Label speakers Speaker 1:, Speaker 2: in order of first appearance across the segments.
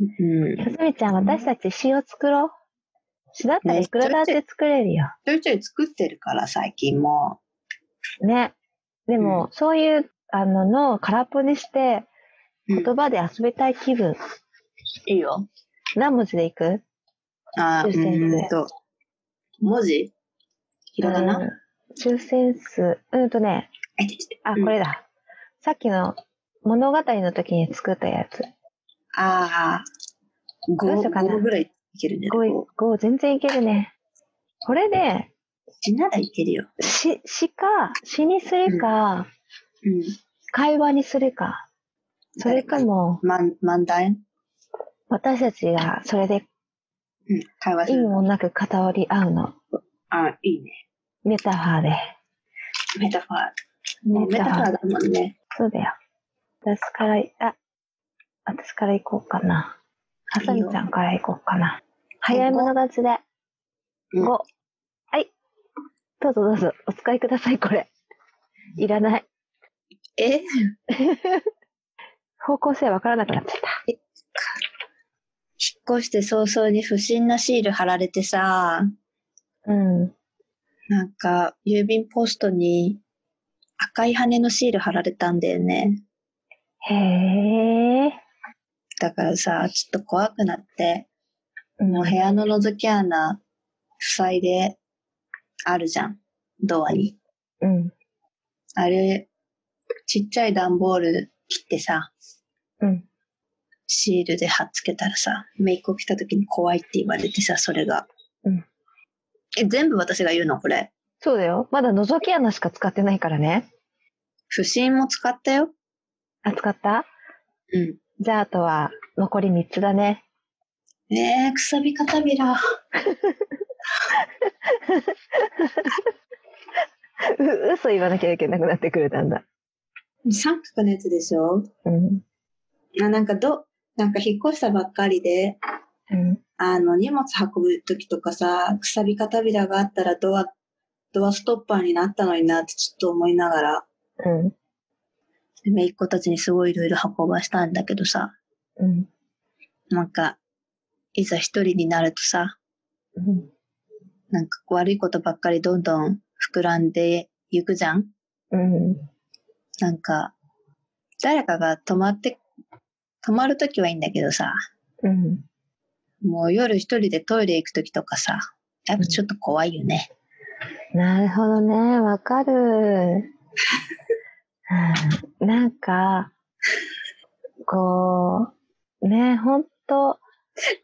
Speaker 1: うん。
Speaker 2: すずみちゃん、私たち詩を作ろう。詩だったらいくらだって作れるよ。
Speaker 1: ちょいちょい作ってるから、最近も。
Speaker 2: ね。でも、
Speaker 1: う
Speaker 2: そういう、あの、脳を空っぽにして、
Speaker 1: うん
Speaker 2: 言葉で遊びたい気分。
Speaker 1: いいよ。
Speaker 2: 何文字でいく
Speaker 1: あー
Speaker 2: 抽選数
Speaker 1: うーんと。文字ひらがな、
Speaker 2: うん抽選数。うんとね、
Speaker 1: えちょちょ
Speaker 2: あ、
Speaker 1: うん
Speaker 2: これだ。さっきの物語の時に作ったやつ。
Speaker 1: ああ。
Speaker 2: どうしようかな
Speaker 1: 5, ぐらいいけるね。
Speaker 2: 5、5全然いけるね。これで、
Speaker 1: 1ならいけるよ。
Speaker 2: し、しか、詩にするか、
Speaker 1: うん。
Speaker 2: 会話にするか、それとも、
Speaker 1: 漫漫談
Speaker 2: 私たちがそれで
Speaker 1: うん。会話す
Speaker 2: 意味
Speaker 1: る。
Speaker 2: もなく語り合うの。
Speaker 1: あいいね。
Speaker 2: メタファーで。
Speaker 1: メタファー。もうメタファーだもんね。
Speaker 2: そうだよ。私から、あ、私から行こうかな。あさみちゃんから行こうかな。早い者勝ちで。
Speaker 1: うん
Speaker 2: 5。はい。どうぞどうぞ、お使いください、これ。いらない。
Speaker 1: え
Speaker 2: 方向性わからなくなっちゃった。
Speaker 1: 引っ越して早々に不審なシール貼られてさ、
Speaker 2: うん。
Speaker 1: なんか、郵便ポストに赤い羽のシール貼られたんだよね。
Speaker 2: へえ。
Speaker 1: だからさ、ちょっと怖くなって、
Speaker 2: ー。
Speaker 1: もう部屋の覗き穴、塞いであるじゃん。ドアに。
Speaker 2: うん。
Speaker 1: あれ、ちっちゃい段ボール切ってさ、
Speaker 2: うん。
Speaker 1: シールで貼っつけたらさ、メイクを来た時に怖いって言われてさ、それが。
Speaker 2: うん
Speaker 1: え、全部私が言うのこれ。
Speaker 2: そうだよ。まだ覗き穴しか使ってないからね。
Speaker 1: 不審も使ったよ。
Speaker 2: あ、使った
Speaker 1: うん。
Speaker 2: じゃあ、あとは残り3つだね。
Speaker 1: ねえ、くさびかたびら。
Speaker 2: う、嘘言わなきゃいけなくなってくれたんだ。
Speaker 1: 三角のやつでしょ
Speaker 2: うん。
Speaker 1: あなんかど、なんか引っ越したばっかりで、
Speaker 2: うん。
Speaker 1: あの、荷物運ぶ時とかさ、くさびかたびらがあったらドア、ドアストッパーになったのになってちょっと思いながら、
Speaker 2: うん。
Speaker 1: めいっ子たちにすごいいろいろ運ばしたんだけどさ、
Speaker 2: うん。
Speaker 1: なんか、いざ一人になるとさ、
Speaker 2: うん。
Speaker 1: なんか悪いことばっかりどんどん膨らんでいくじゃん
Speaker 2: うん。
Speaker 1: なんか、誰かが泊まって、泊まるときはいいんだけどさ、
Speaker 2: うん。
Speaker 1: もう夜一人でトイレ行くときとかさ、やっぱちょっと怖いよね。
Speaker 2: なるほどね。わかる。うんなんか、こう、ね、ほんと。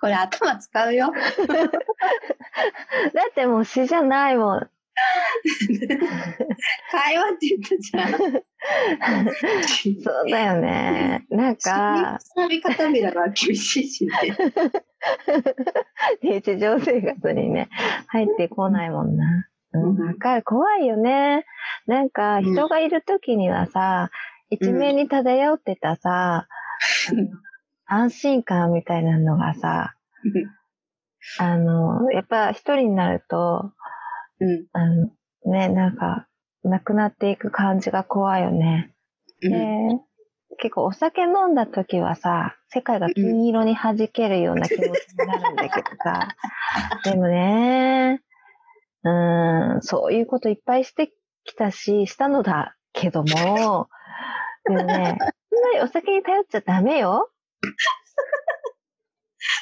Speaker 1: これ頭使うよ。
Speaker 2: だってもう詩じゃないもん。
Speaker 1: 会話って言ったじゃん。
Speaker 2: そうだよね。なんか、
Speaker 1: 喋り方びらが厳しいしね。
Speaker 2: 日常生活にね、入ってこないもんな。うん、
Speaker 1: うん
Speaker 2: わかる。怖いよね。なんか、
Speaker 1: うん
Speaker 2: 人がいる時にはさ、一面に漂って たさ、
Speaker 1: うん
Speaker 2: あの安心感みたいなのがさ、あの、やっぱ一人になると、
Speaker 1: うん。
Speaker 2: あの、ね、なんか、なくなっていく感じが怖いよね。
Speaker 1: う
Speaker 2: で
Speaker 1: ん、
Speaker 2: 結構お酒飲んだ時はさ、世界が金色に弾けるような気持ちになるんだけどさ、でもね、うーん、そういうこといっぱいしてきたし、したのだけども、でもね、そんなにお酒に頼っちゃダメよ。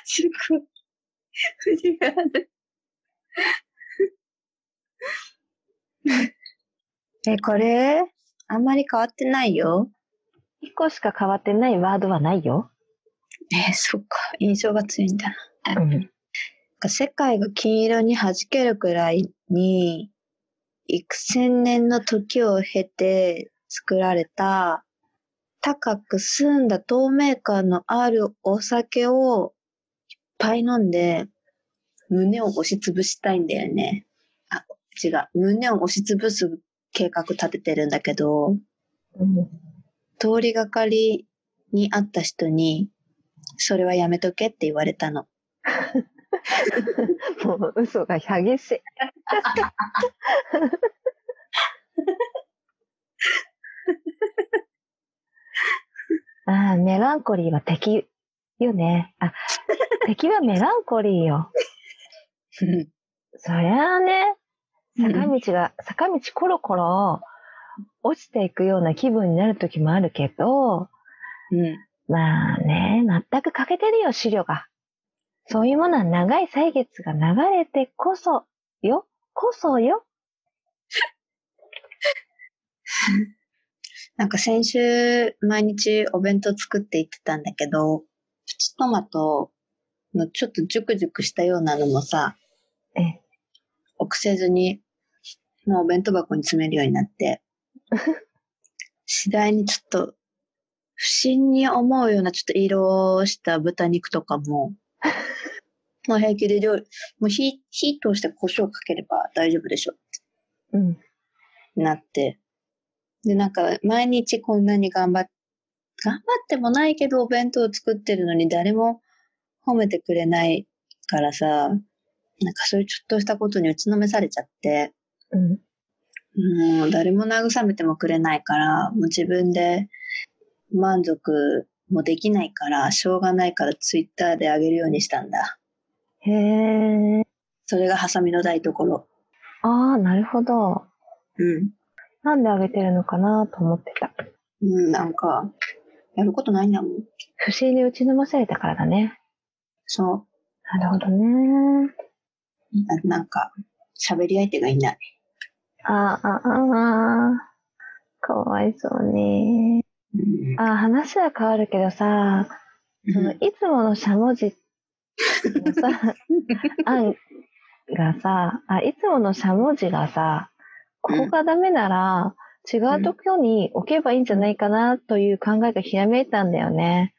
Speaker 1: すごい。藤原。え、これ、あんまり変わってないよ。
Speaker 2: 一個しか変わってないワードはないよ。
Speaker 1: え、そっか。印象が強いんだな。
Speaker 2: うん。
Speaker 1: なんか世界が金色に弾けるくらいに、幾千年の時を経て作られた、高く澄んだ透明感のあるお酒をいっぱい飲んで、胸を押しつぶしたいんだよね。あ、違う。胸を押しつぶす計画立ててるんだけど、
Speaker 2: うん
Speaker 1: 通りがかりに会った人に、それはやめとけって言われたの。
Speaker 2: もう嘘が 激しい。ああ、メランコリーは敵よね。あ、敵はメランコリーよ。
Speaker 1: うん
Speaker 2: そりゃあね、
Speaker 1: うん
Speaker 2: 坂道が、坂道コロコロ落ちていくような気分になる時もあるけど、
Speaker 1: うん。
Speaker 2: まあね、全く欠けてるよ、資料が。そういうものは長い歳月が流れてこそ、よ、こそよ。
Speaker 1: なんか先週、毎日お弁当作っていってたんだけど、プチトマトのちょっとジュクジュクしたようなのもさ、
Speaker 2: ええ
Speaker 1: 臆せずに、もうお弁当箱に詰めるようになって、次第にちょっと、不審に思うようなちょっと色をした豚肉とかも、もう平気で料理、もう火、火通して胡椒かければ大丈夫でしょ
Speaker 2: うん。
Speaker 1: なって。で、なんか、毎日こんなに頑張っ、頑張ってもないけど、お弁当を作ってるのに誰も褒めてくれないからさ、なんかそういうちょっとしたことに打ちのめされちゃって、
Speaker 2: うん。
Speaker 1: もう誰も慰めてもくれないから、もう自分で満足もできないから、しょうがないからツイッターであげるようにしたんだ。
Speaker 2: へえ。
Speaker 1: それがハサミの台所。
Speaker 2: ああ、なるほど。
Speaker 1: うん。
Speaker 2: なんであげてるのかなと思ってた。
Speaker 1: うん、なんか、やることないんだもん。
Speaker 2: 不思議に打ちのまされたからだね。
Speaker 1: そう。
Speaker 2: なるほどね。
Speaker 1: ななんか、喋り相手がいない。
Speaker 2: ああ、ああ、ああ。かわいそうね。
Speaker 1: うん
Speaker 2: ああ、話は変わるけどさ、その、いつものしゃ もじのさ、案がさ、あ、いつものしゃもじがさ、ここがダメなら、違うとこに置けばいいんじゃないかなという考えがひらめいたんだよね。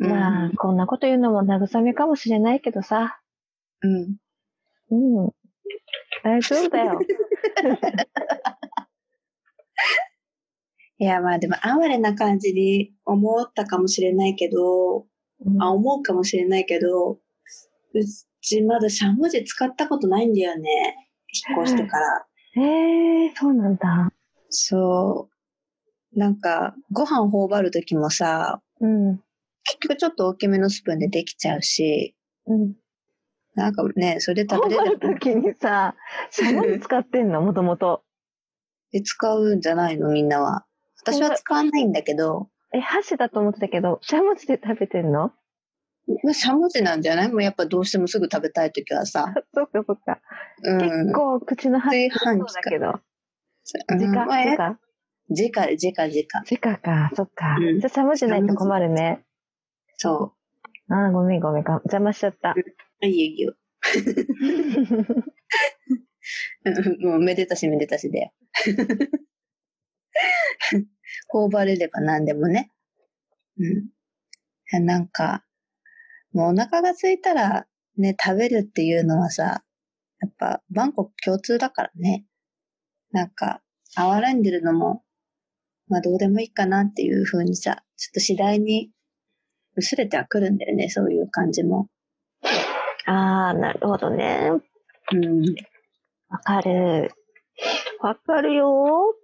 Speaker 1: うん
Speaker 2: まあ、こんなこと言うのも慰めかもしれないけどさ、
Speaker 1: うん。
Speaker 2: うん。大丈夫 だよ。
Speaker 1: いや、まあでも、哀れな感じに思ったかもしれないけど、あ、思うかもしれないけど、うちまだしゃもじ使ったことないんだよね。引っ越してから。
Speaker 2: ええそうなんだ。
Speaker 1: そう。なんか、ご飯頬張るときもさ、
Speaker 2: うん。
Speaker 1: 結局ちょっと大きめのスプーンでできちゃうし、
Speaker 2: うん。
Speaker 1: なんかね、それで食べ
Speaker 2: 食べ
Speaker 1: れ
Speaker 2: る
Speaker 1: る
Speaker 2: ときに さ、しゃもじ使ってんのもともと。
Speaker 1: で使うんじゃないの、みんなは。私は使わないんだけど、
Speaker 2: え、箸だと思ってたけど、しゃもじで食べてんの
Speaker 1: まあしゃもじなんじゃないもうやっぱどうしてもすぐ食べたいときはさ。
Speaker 2: そっかそっか。
Speaker 1: うん、
Speaker 2: 結構口の端
Speaker 1: 炊
Speaker 2: っこ
Speaker 1: 飯
Speaker 2: だ
Speaker 1: 器
Speaker 2: け
Speaker 1: か。う
Speaker 2: ど。
Speaker 1: ん
Speaker 2: 時間、
Speaker 1: まあ
Speaker 2: 時
Speaker 1: 直
Speaker 2: 間
Speaker 1: で、直直。
Speaker 2: 時間か、そっか。
Speaker 1: うん
Speaker 2: じゃあしゃもじないと困るね。
Speaker 1: そ
Speaker 2: あーごめんごめんか。邪魔しちゃった。
Speaker 1: う。いいよいいよ。うん もうめでたしめで たしだよ。頬張れれば何でもね。うんいや。なんか、もうお腹が空いたらね、食べるっていうのはさ、やっぱバンコク共通だからね。なんか、哀らんでるのも、まあどうでもいいかなっていう風にさ、ちょっと次第に薄れてはくるんだよね、そういう感じも。
Speaker 2: ああ、なるほどね。
Speaker 1: うん。
Speaker 2: わかる。わかるよ。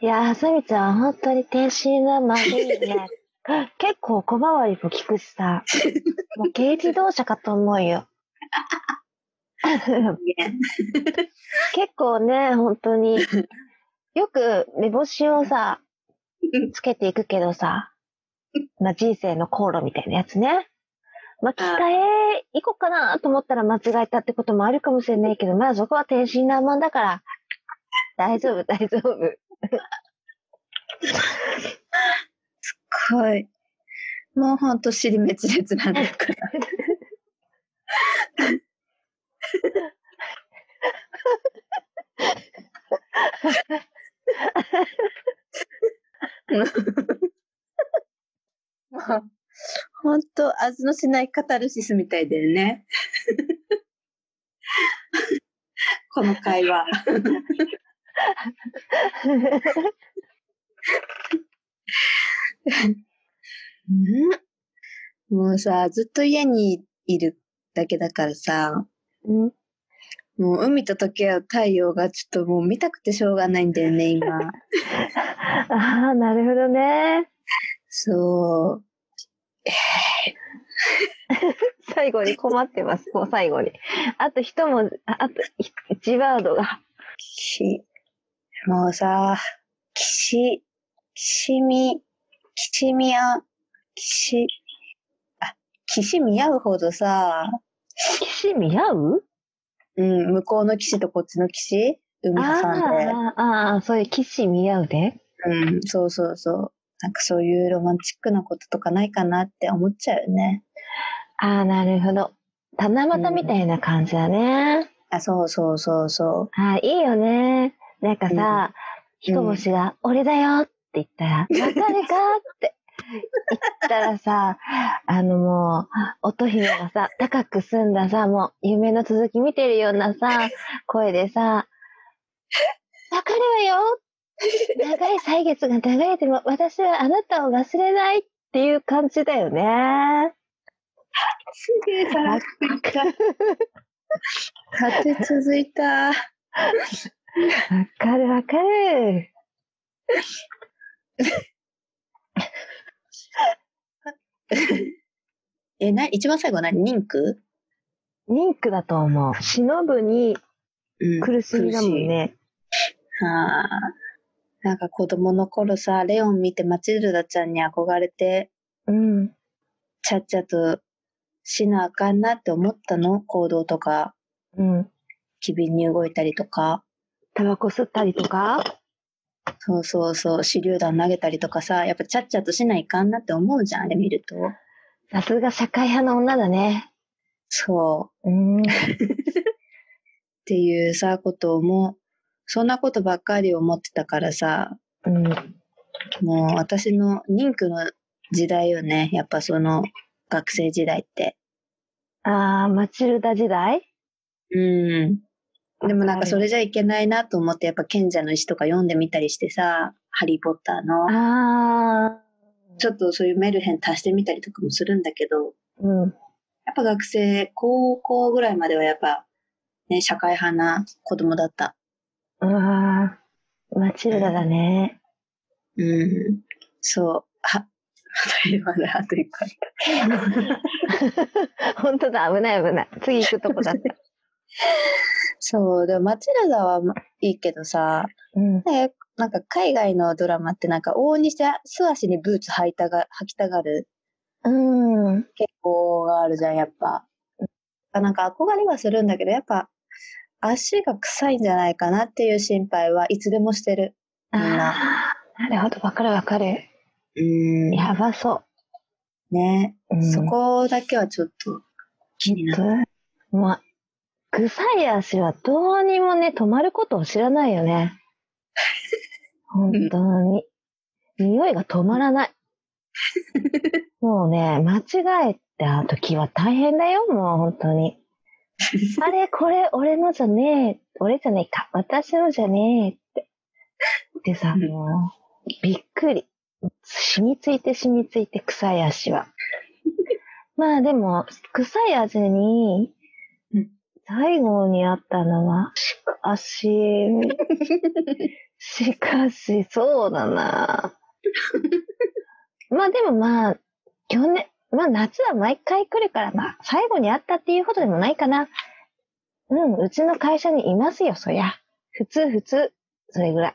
Speaker 2: いやー、あさみちゃん、本当に天真なまずい ね。結構小回りも聞くしさ。もう軽自動車かと思うよ。
Speaker 1: ね
Speaker 2: 結構ね、本当に。よく目星をさ、つけていくけどさ。まあ、人生の航路みたいなやつね。まあ、北へ行こうかなと思ったら間違えたってこともあるかもしれないけど、まあそこは天真爛漫だから、大丈夫、大丈夫。
Speaker 1: はい。もうほんと尻滅裂なんだから。もうほんと、味のしないカタルシスみたいだよね。この会話。うんもうさ、ずっと家にいるだけだからさ、
Speaker 2: うん
Speaker 1: もう海と溶け合う太陽がちょっともう見たくてしょうがないんだよね、今。
Speaker 2: ああ、なるほどね。
Speaker 1: そう。
Speaker 2: 最後に困ってます、もう最後に。あと一文字、ああとひ一ワードが。
Speaker 1: き、もうさ、きし、きしみ、きしみあ、きし、あ、きしみ合うほどさ、
Speaker 2: 岸見合う
Speaker 1: うん、向こうの岸とこっちの岸海挟んで。
Speaker 2: あーあー、そういう岸見合うで。
Speaker 1: うん、そうそうそう。なんかそういうロマンチックなこととかないかなって思っちゃうよね。
Speaker 2: ああ、なるほど。七夕みたいな感じだね。
Speaker 1: あ、そうそうそうそ
Speaker 2: ああ、いいよね。なんか
Speaker 1: う
Speaker 2: さ、
Speaker 1: ん
Speaker 2: 彦星が、俺だよって言ったら、わかるかって言ったらさ、あのもう、乙姫がさ、高く澄んださ、もう夢の続き見てるようなさ、声でさ、わかるわよ長い歳月が流れても私はあなたを忘れないっていう感じだよ
Speaker 1: う。
Speaker 2: ね。
Speaker 1: すげえ辛くた。立て続いた。
Speaker 2: わかるわかる。
Speaker 1: え、な、一番最後何人ク
Speaker 2: 人クだと思う。忍ぶに
Speaker 1: うん
Speaker 2: 苦しみだもん。ね。
Speaker 1: 苦しいはあ。なんか子供の頃さ、レオン見てマチルダちゃんに憧れて、
Speaker 2: うん。
Speaker 1: ちゃっちゃと死なあかんなって思ったの行動とか、
Speaker 2: うん。
Speaker 1: 機敏に動いたりとか。
Speaker 2: タバコ吸ったりとか。
Speaker 1: そうそうそう、手榴弾投げたりとかさ、やっぱちゃっちゃとしないかんなって思うじゃん、あれ見ると。
Speaker 2: さすが社会派の女だね。
Speaker 1: そう。っ
Speaker 2: うん。
Speaker 1: ていうさ、ことをもう、そんなことばっかり思ってたからさ、
Speaker 2: うん。
Speaker 1: もう私の妊婦の時代よね、やっぱその学生時代って。
Speaker 2: あー、マチルダ時代
Speaker 1: うん。でもなんかそれじゃいけないなと思って、やっぱ賢者の石とか読んでみたりしてさ、ハリーポッターの、
Speaker 2: あ
Speaker 1: ちょっとそういうメルヘン足してみたりとかもするんだけど、
Speaker 2: ー。うん。
Speaker 1: やっぱ学生、高校ぐらいまではやっぱ、ね、社会派な子供だった。
Speaker 2: あー、マチルダだ ね。
Speaker 1: うん。そう。 あ、というまだ、あと一個あった。
Speaker 2: 本当だ、危ない危ない。次行くとこだった。
Speaker 1: そう、でもマチルダはまいいけどさ、
Speaker 2: うん。
Speaker 1: ねなんか海外のドラマってなんか大西素足にブーツ履いたが、履きたがる
Speaker 2: うん。
Speaker 1: 傾向があるじゃん、やっぱ。なんか憧れはするんだけど、やっぱ足が臭いんじゃないかなっていう心配はいつでもしてる。みん
Speaker 2: あー、なるほど、わかるわかる。
Speaker 1: うん
Speaker 2: やばそ
Speaker 1: ね。
Speaker 2: う。うん
Speaker 1: そこだけはちょっと気になる。
Speaker 2: うんまあ、臭い足はどうにもね、止まることを知らないよね。本当に。匂いが止まらない。もうね、間違えた時は大変だよ、もう本当に。あれ、これ、俺のじゃねえ。俺じゃねえか。私のじゃねえって。でさ、
Speaker 1: うん
Speaker 2: もう、びっくり。染みついて染みついて、臭い足は。まあでも、臭い味に
Speaker 1: うん、
Speaker 2: 最後にあったのは、し かし、しかし、そう だな。まあでもまあ、去年、まあ夏は毎回来るから、まあ最後にあったっていうことでもないかな。うん、うちの会社にいますよ、そりゃ。普通、普通。それぐら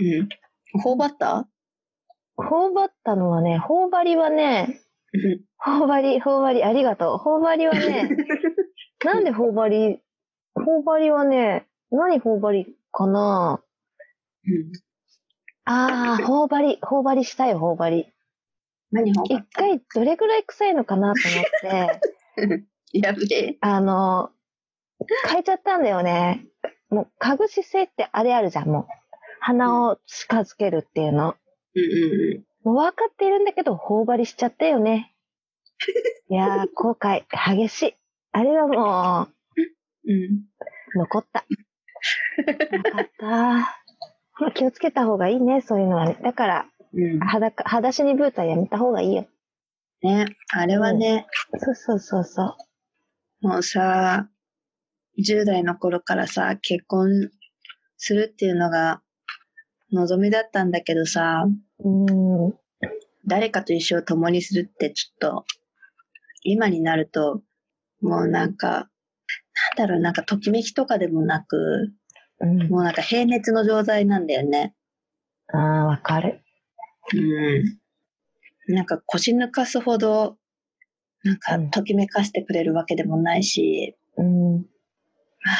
Speaker 2: い。
Speaker 1: うん。頬張った
Speaker 2: 頬張ったのはね、頬張りはね、
Speaker 1: うん
Speaker 2: 頬張り、頬張り、ありがとう。頬張りは ね、なんで頬張り、頬張りはね、何頬張りかな
Speaker 1: うん。
Speaker 2: ああ、頬張り、頬張りしたいよ、頬張り。
Speaker 1: 何頬張
Speaker 2: 一
Speaker 1: った
Speaker 2: 回どれぐらい臭いのかなと思 って、
Speaker 1: やべえ。
Speaker 2: あの、変えちゃったんだよね。もう、嗅ぐ姿勢ってあれあるじゃん、もう。鼻を近づけるっていうの。
Speaker 1: うんう
Speaker 2: もう分かっているんだけど、頬張りしちゃったよ ね。いやー、後悔、激しい。あれはも
Speaker 1: んうん。うん。
Speaker 2: う、残った。よかった。まあ気をつけた方がいいね、そういうのはね。だから、
Speaker 1: うん。
Speaker 2: 裸、裸足にブーツはやめた方がいいよ。
Speaker 1: ね。あれはね、
Speaker 2: そうそうそうそう。
Speaker 1: もうさ、10代の頃からさ、結婚するっていうのが望みだったんだけどさ、
Speaker 2: うーん。
Speaker 1: 誰かと一生を共にするってちょっと、今になると、もうなんか、なんだろう、なんかときめきとかでもなく、
Speaker 2: うん。
Speaker 1: もうなんか平熱の状態なんだよね。
Speaker 2: ああ、わかる。
Speaker 1: うん。なんか腰抜かすほど、なんか
Speaker 2: うん
Speaker 1: ときめかしてくれるわけでもないし、
Speaker 2: うん。
Speaker 1: ま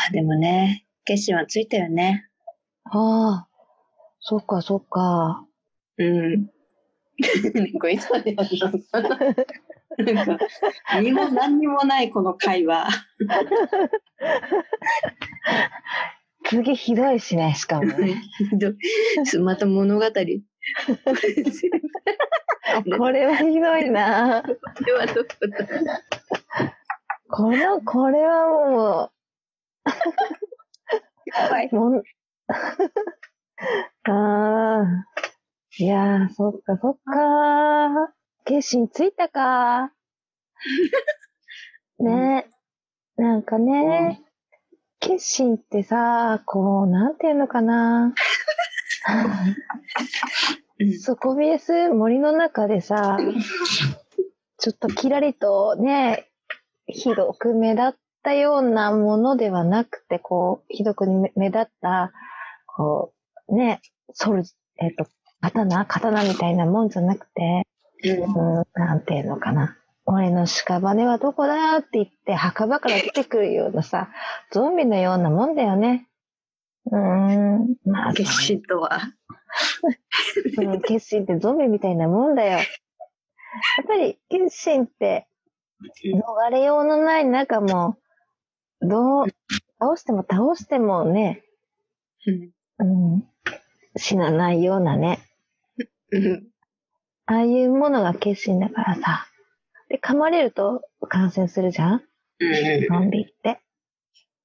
Speaker 1: あでもね、決心はついたよね。
Speaker 2: ああ、そっかそっか。
Speaker 1: うん。なんかいつまでやるのなんか、何も何にもないこの会話。
Speaker 2: 次ひどいしね、しかもね。
Speaker 1: どまた物語。これ
Speaker 2: これはひどい
Speaker 1: は
Speaker 2: な。
Speaker 1: どこだ
Speaker 2: この、これはも、
Speaker 1: やばいう
Speaker 2: もん、 ああ。いやー、そっかそっか。決心ついたか。 ねえ。なんかね、決心ってさ、こう、なんていうのかな。
Speaker 1: うん
Speaker 2: 底冷えする森の中でさ、ちょっとキラリとね、ひどく目立ったようなものではなくて、こう、ひどくめ目立った、こう、ね、ソル、えっ、と、刀刀みたいなもんじゃなくて、うん、なんていうのかな。俺の屍はどこだって言って、墓場から出てくるようなさ、ゾンビのようなもんだよね。うーん、まあ、
Speaker 1: 決心とは。
Speaker 2: その決心ってゾンビみたいなもんだよ。やっぱり決心って
Speaker 1: うん
Speaker 2: 逃れようのない中も、どう、倒しても倒してもね、
Speaker 1: うん
Speaker 2: うん、死なないようなね、
Speaker 1: うん
Speaker 2: ああいうものが決心だからさ。で、噛まれると感染するじゃんゾンビって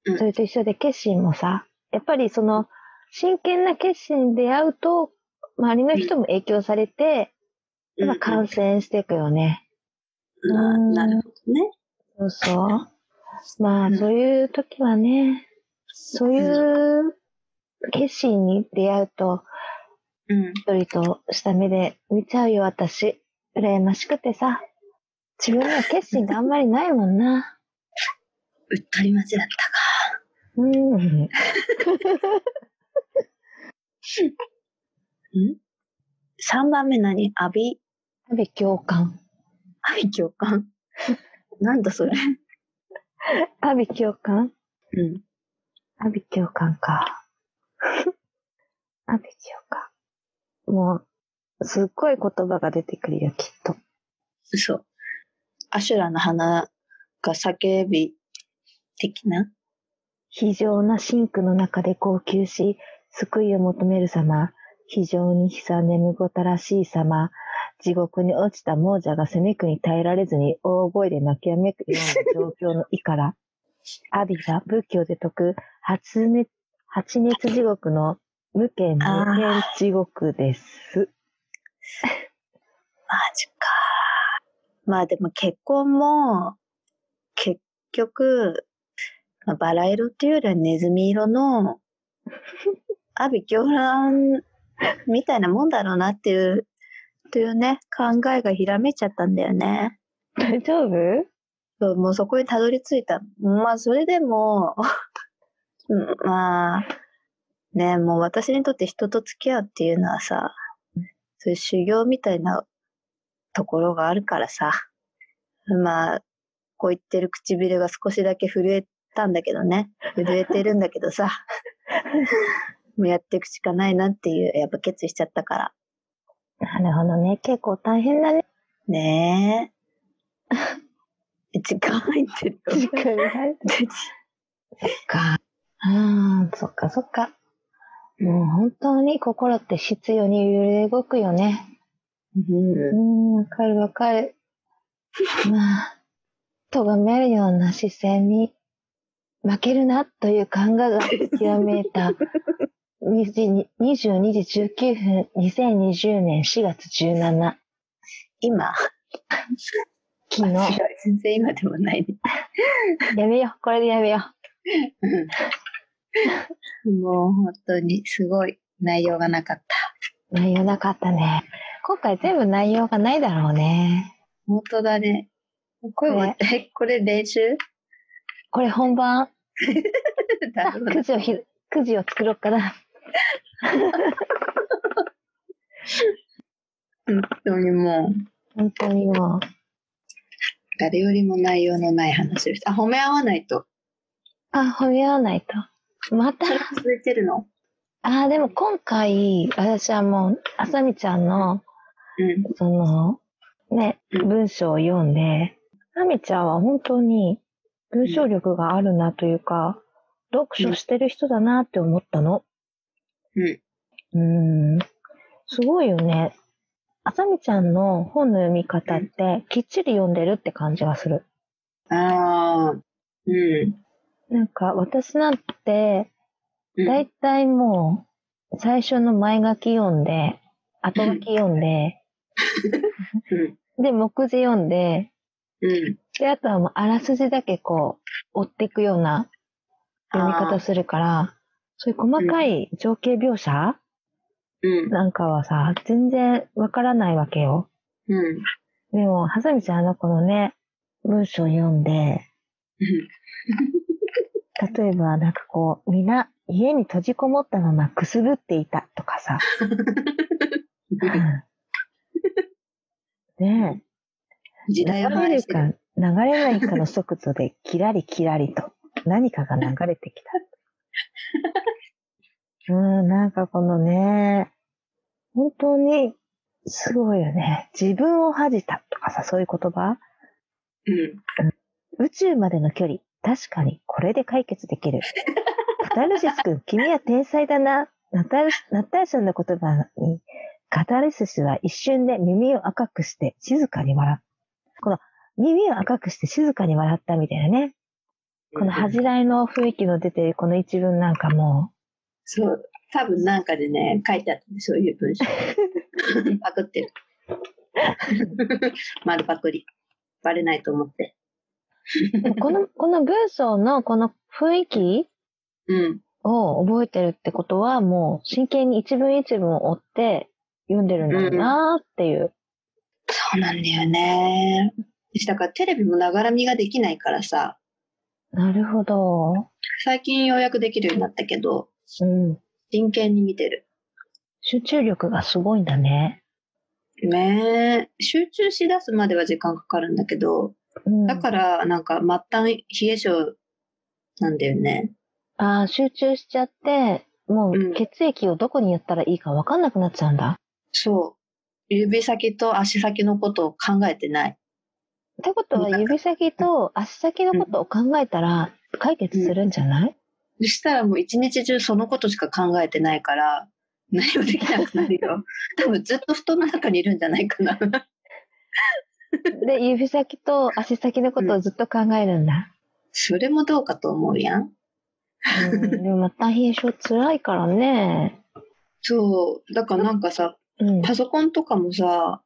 Speaker 1: うん。
Speaker 2: それと一緒で決心もさ、やっぱりその、真剣な決心で会うと、周りの人も影響されて、やっぱ感染していくよね。
Speaker 1: ななるほどね。
Speaker 2: そうそう。まあ、
Speaker 1: うん
Speaker 2: そういう時はね、そういう決心に出会うと、
Speaker 1: うん。
Speaker 2: 一人とした目で見ちゃうよ、私。羨ましくてさ。自分には決心があんまりないもんな。
Speaker 1: うっとり町だったか。
Speaker 2: うん。
Speaker 1: うん三番目何阿ビ
Speaker 2: 阿部教官。
Speaker 1: 阿ビ教官なんだそれ。
Speaker 2: 阿部教官
Speaker 1: うん。
Speaker 2: 阿部教官か。阿部教官。もう、すっごい言葉が出てくるよ、きっと。
Speaker 1: そう。アシュラの花が叫び的な。
Speaker 2: 非常な深紅の中で号泣し、救いを求める様、非常に悲惨でむごたらしい様、地獄に落ちた亡者が責めくに耐えられずに大声で泣きやめくような状況の意から、阿ビが仏教で説く発熱、発熱地獄の無限無限地獄です。
Speaker 1: マジか。まあでも結婚も、結局、まあバラ色っていうよりはネズミ色の、阿ビ狂乱みたいなもんだろうなっていう、というね、考えがひらめいちゃったんだよね。
Speaker 2: 大丈夫
Speaker 1: そうもうそこにたどり着いた。まあそれでも、 うんまあ、ね、もう私にとって人と付き合うっていうのはさ、そういう修行みたいなところがあるからさ、まあ、こう言ってる唇が少しだけ震えたんだけどね、震えてるんだけどさ、 もうやっていくしかないなっていう、やっぱ決意しちゃったから。
Speaker 2: なるほどね。結構大変だね。
Speaker 1: ねえ。時間入ってるよ。
Speaker 2: 間が入ってそっか。ああ、そっかそっか。もう本当に心って必要に揺れ動くよね。
Speaker 1: うん
Speaker 2: うーん、わかるわかる。 まあ、とがめるような視線に負けるなという考えが極めいた 2時に22時19分2020年4月17
Speaker 1: 今
Speaker 2: 昨日。
Speaker 1: 全然今でもないね。
Speaker 2: やめよう、これでやめよ
Speaker 1: もう本当にすごい内容がなかった。
Speaker 2: う。内容なかったね。今回全部内容がないだろうね。
Speaker 1: 本当だね。これ待って、これ練 習
Speaker 2: これ本番。
Speaker 1: だろう
Speaker 2: く
Speaker 1: な
Speaker 2: じをひ、くじを作ろうかな。
Speaker 1: 本当にもう、
Speaker 2: 本当にもう。
Speaker 1: 誰よりも内容のない話をした。あ、褒め合わないと。
Speaker 2: あ、褒め合わないと。また
Speaker 1: それ、続いてるの
Speaker 2: あー、でも今回、私はもう、あさみちゃんの、
Speaker 1: うん。
Speaker 2: その、ね、
Speaker 1: うん
Speaker 2: 文章を読んで、あさみちゃんは本当に文章力があるなというか、読書してる人だなって思ったの。
Speaker 1: うん。
Speaker 2: うん。すごいよね。あさみちゃんの本の読み方って、きっちり読んでるって感じがする。
Speaker 1: ああ、うん。
Speaker 2: なんか私なんて、
Speaker 1: うん
Speaker 2: だいたいもう、最初の前書き読んで、後書き読んで、
Speaker 1: うん。
Speaker 2: で、目次読んで、
Speaker 1: うん。
Speaker 2: で、あとはもうあらすじだけこう、追っていくような読み方するから、そういう細かい情景描写、
Speaker 1: うん。
Speaker 2: なんかはさ、全然わからないわけよ。
Speaker 1: うん。
Speaker 2: でも、はさみちゃんのこのね、文章読んで、
Speaker 1: うん
Speaker 2: 例えばなんかこう、みんな家に閉じこもったままくすぶっていたとかさ、 ねえ、
Speaker 1: 時
Speaker 2: 流
Speaker 1: 代を
Speaker 2: れ
Speaker 1: 反映
Speaker 2: る
Speaker 1: してる。
Speaker 2: か流れないかの速度でキラリキラリと何かが流れてきた。 うん、なんかこのね、本当にすごいよね。自分を恥じたとかさ、そういう言葉
Speaker 1: うん。
Speaker 2: 宇宙までの距離、確かにこれで解決でき る。カタルシス君、君は天才だな。ナタルシナターシャの言葉に、カタルシスは一瞬で耳を赤くして静かに笑う。この耳を赤くして静かに笑ったみたいなね。この恥じらいの雰囲気の出てるこの一文なんかも
Speaker 1: そう。多分なんかでね、書いてあったね、そういう文 章。パクってる。 丸パクリ。バレないと思って。
Speaker 2: う、でもこの、この文章のこの雰囲気
Speaker 1: うん。
Speaker 2: を覚えてるってことはもう真剣に一文一文を追って読んでるんだろうなーっていう。
Speaker 1: そうなんだよね。だからテレビもながら見ができないからさ、
Speaker 2: なるほど。
Speaker 1: 最近ようやくできるようになったけど、
Speaker 2: うん。
Speaker 1: 真剣に見てる。
Speaker 2: 集中力がすごいんだね。
Speaker 1: ねえ集中しだすまでは時間かかるんだけど、
Speaker 2: うん、
Speaker 1: だからなんか末端冷え性なんだよね。
Speaker 2: ああ、集中しちゃって、も
Speaker 1: う
Speaker 2: うん血液をどこにやったらいいか分かんなくなっちゃうんだ。
Speaker 1: そう。指先と足先のことを考えてない。
Speaker 2: ってことは
Speaker 1: うん
Speaker 2: 指先と足先のことを考えたら解決するんじゃない、
Speaker 1: そしたらもう一日中そのことしか考えてないから、何もできなくなる よ。多分ずっと布団の中にいるんじゃないかな。
Speaker 2: で、指先と足先のことをずっと考えるんだ。
Speaker 1: それもどうかと思うやん。
Speaker 2: う ん、でも末端冷え性辛いからね。
Speaker 1: そう。だからなんかさ、
Speaker 2: うん。
Speaker 1: パソコンとかもさ、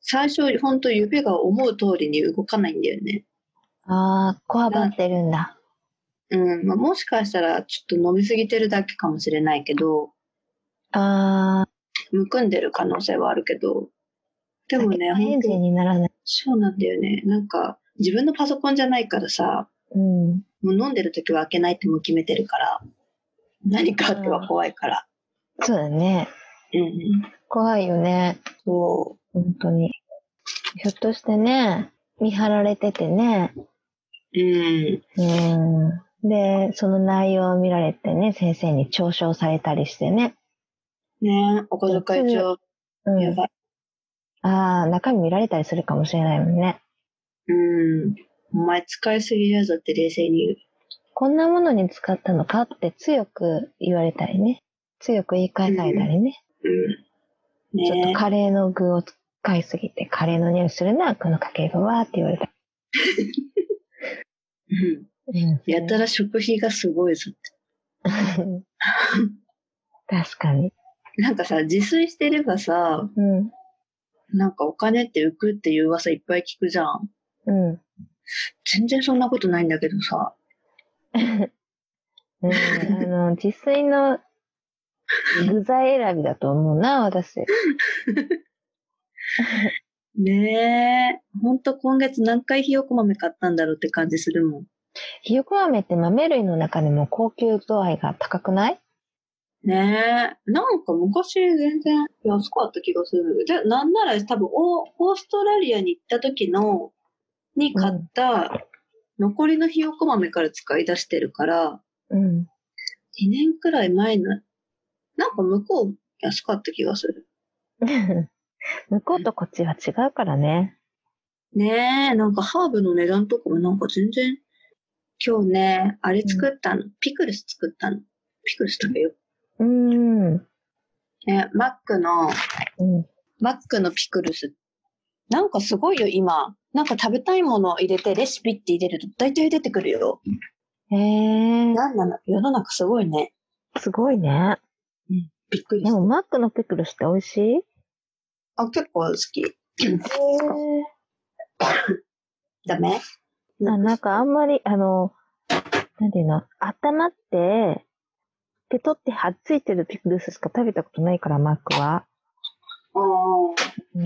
Speaker 1: 最初本当指が思う通りに動かないんだよね。
Speaker 2: ああ、こわばってるんだ。
Speaker 1: うん。まあ、もしかしたらちょっと飲みすぎてるだけかもしれないけど、
Speaker 2: ああ、
Speaker 1: むくんでる可能性はあるけど、でもね、
Speaker 2: エン
Speaker 1: 本当
Speaker 2: ジンにならない。
Speaker 1: そうなんだよね。なんか、自分のパソコンじゃないからさ、
Speaker 2: うん。
Speaker 1: もう飲んでる時は開けないってもう決めてるから、何かあっては怖いから。
Speaker 2: そうだね。
Speaker 1: うんうん。
Speaker 2: 怖いよね。
Speaker 1: そ
Speaker 2: 本当に。ひょっとしてね、見張られててね、
Speaker 1: う。うん。
Speaker 2: うん。で、その内容を見られてね、先生に嘲笑されたりしてね。
Speaker 1: ねお小遣い帳、
Speaker 2: う
Speaker 1: や
Speaker 2: ん。
Speaker 1: ばい。
Speaker 2: ああ、中身見られたりするかもしれないもんね。
Speaker 1: うん。お前使いすぎやぞって冷静に言う。
Speaker 2: こんなものに使ったのかって強く言われたりね。強く言い返されたりね。
Speaker 1: うん。
Speaker 2: ちょっ
Speaker 1: ね
Speaker 2: とカレーの具を使いすぎて、カレーの匂いするな、この家計簿はって言われた
Speaker 1: うん。
Speaker 2: り。うん
Speaker 1: やたら食費がすごいぞって。
Speaker 2: 確かに。
Speaker 1: なんかさ、自炊してればさ、
Speaker 2: うん。
Speaker 1: なんかお金って浮くっていう噂いっぱい聞くじゃん。
Speaker 2: うん。
Speaker 1: 全然そんなことないんだけどさ。
Speaker 2: うん、あの、自炊の具材選びだと思うな、私。
Speaker 1: ねえ。ほんと今月何回ひよこ豆買ったんだろうって感じするもん。
Speaker 2: ひよこ豆って豆類の中でも高級度合いが高くない
Speaker 1: ねえ。なんか昔全然安かった気がする。で、なんなら多分オー、オーストラリアに行った時の、に買った残りのひよこ豆から使い出してるから、
Speaker 2: うん。
Speaker 1: 2年くらい前の、なんか向こう安かった気がする。
Speaker 2: 向こうとこっちは違うからね。
Speaker 1: ねえ、なんかハーブの値段とかもなんか全然、今日ね、あれ作ったの、ピクルス作ったの。ピクルス食べよ
Speaker 2: うーん。う
Speaker 1: う。ね、マックの、
Speaker 2: ん。
Speaker 1: マックのピクルス。なんかすごいよ、今。なんか食べたいものを入れて、レシピって入れると大体出てくるよ。
Speaker 2: へえ、
Speaker 1: なんなの世の中すごいね。
Speaker 2: すごいね。
Speaker 1: びっくり
Speaker 2: で
Speaker 1: した。
Speaker 2: もマックのピクルスって美味しい
Speaker 1: あ、結構好き。
Speaker 2: へ
Speaker 1: ダメ
Speaker 2: ななんかあんまり、あの、なんていうの、温まって、ペトってはっついてるピクルスしか食べたことないから、マックは。
Speaker 1: あー
Speaker 2: うん、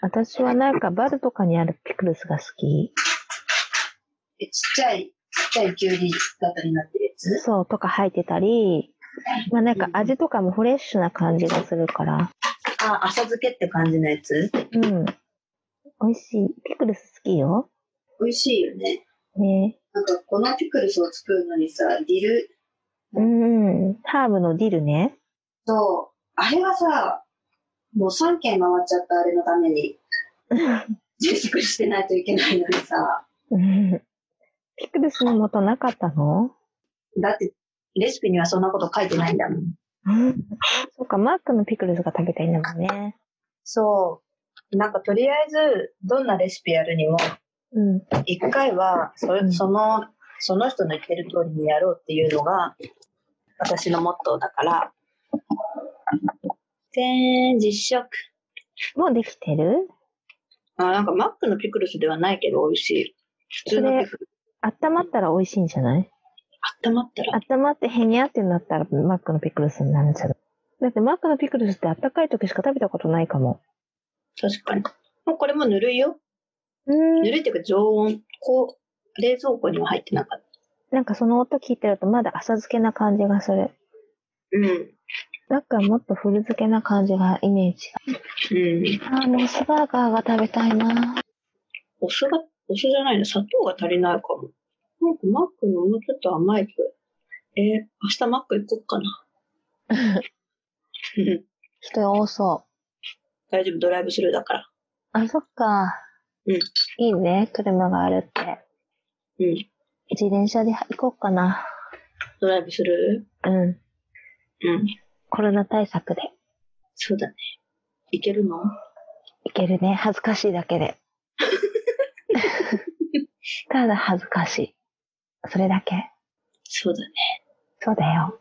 Speaker 2: 私はなんかバルとかにあるピクルスが好き。
Speaker 1: えちっちゃい、ちっちゃいキュウリ型になってるやつ
Speaker 2: そう、とか入ってたり、まあなんか味とかもフレッシュな感じがするから。
Speaker 1: あ、浅漬けって感じのやつ
Speaker 2: うん。美味しい。ピクルス好きよ。
Speaker 1: 美味しいよね。
Speaker 2: ね。
Speaker 1: なんかこのピクルスを作るのにさ、ディル
Speaker 2: うんうん。ハーブのディルね。
Speaker 1: と、あれはさ、もう3軒回っちゃったあれのため に、住職してないといけないのにさ、
Speaker 2: うんピクルスの素なかったの
Speaker 1: だってレシピにはそんなこと書いてないんだもん。
Speaker 2: そうか、マックのピクルスが食べたいんだもんね。
Speaker 1: そう。なんかとりあえず、どんなレシピやるにも、
Speaker 2: うん。
Speaker 1: 一回はそれ、
Speaker 2: うん
Speaker 1: その、その人の言ってる通りにやろうっていうのが、私のモットーだから。全実食。
Speaker 2: もうできてる
Speaker 1: あ、なんかマックのピクルスではないけど美味しい。普通のピクル
Speaker 2: 温まったら美味しいんじゃない
Speaker 1: ス。温まったら。
Speaker 2: 温まってへにゃってなったらマックのピクルスになるんじゃないだってマックのピクルスって温かい時しか食べたことないかも。
Speaker 1: 確かに。もうこれもぬるいよ。
Speaker 2: うん
Speaker 1: ぬるいっていうか常温。こう、冷蔵庫には入ってなかった。
Speaker 2: なんかその音聞いてるとまだ浅漬けな感じがする。
Speaker 1: うん。
Speaker 2: なんかもっと古漬けな感じがイメージ
Speaker 1: うん。
Speaker 2: が。ああ、モスバーガーが食べたいな。
Speaker 1: お酢が、お酢じゃないの。砂糖が足りないかも。なんかマックのもうちょっと甘いけど。えー、明日マック行こっかな。うん
Speaker 2: 人多そ
Speaker 1: 大丈夫、ドライブスルーだから。
Speaker 2: う。あ、そっか。
Speaker 1: うん
Speaker 2: いいね、車があるって。
Speaker 1: うん。
Speaker 2: 自転車で行こうかな。
Speaker 1: ドライブスル
Speaker 2: うん。
Speaker 1: ーうん。
Speaker 2: コロナ対策で。
Speaker 1: そうだね。行けるの
Speaker 2: いけるね。恥ずかしいだけで。 ただ恥ずかしい。それだけ。
Speaker 1: そうだね。
Speaker 2: そうだよ。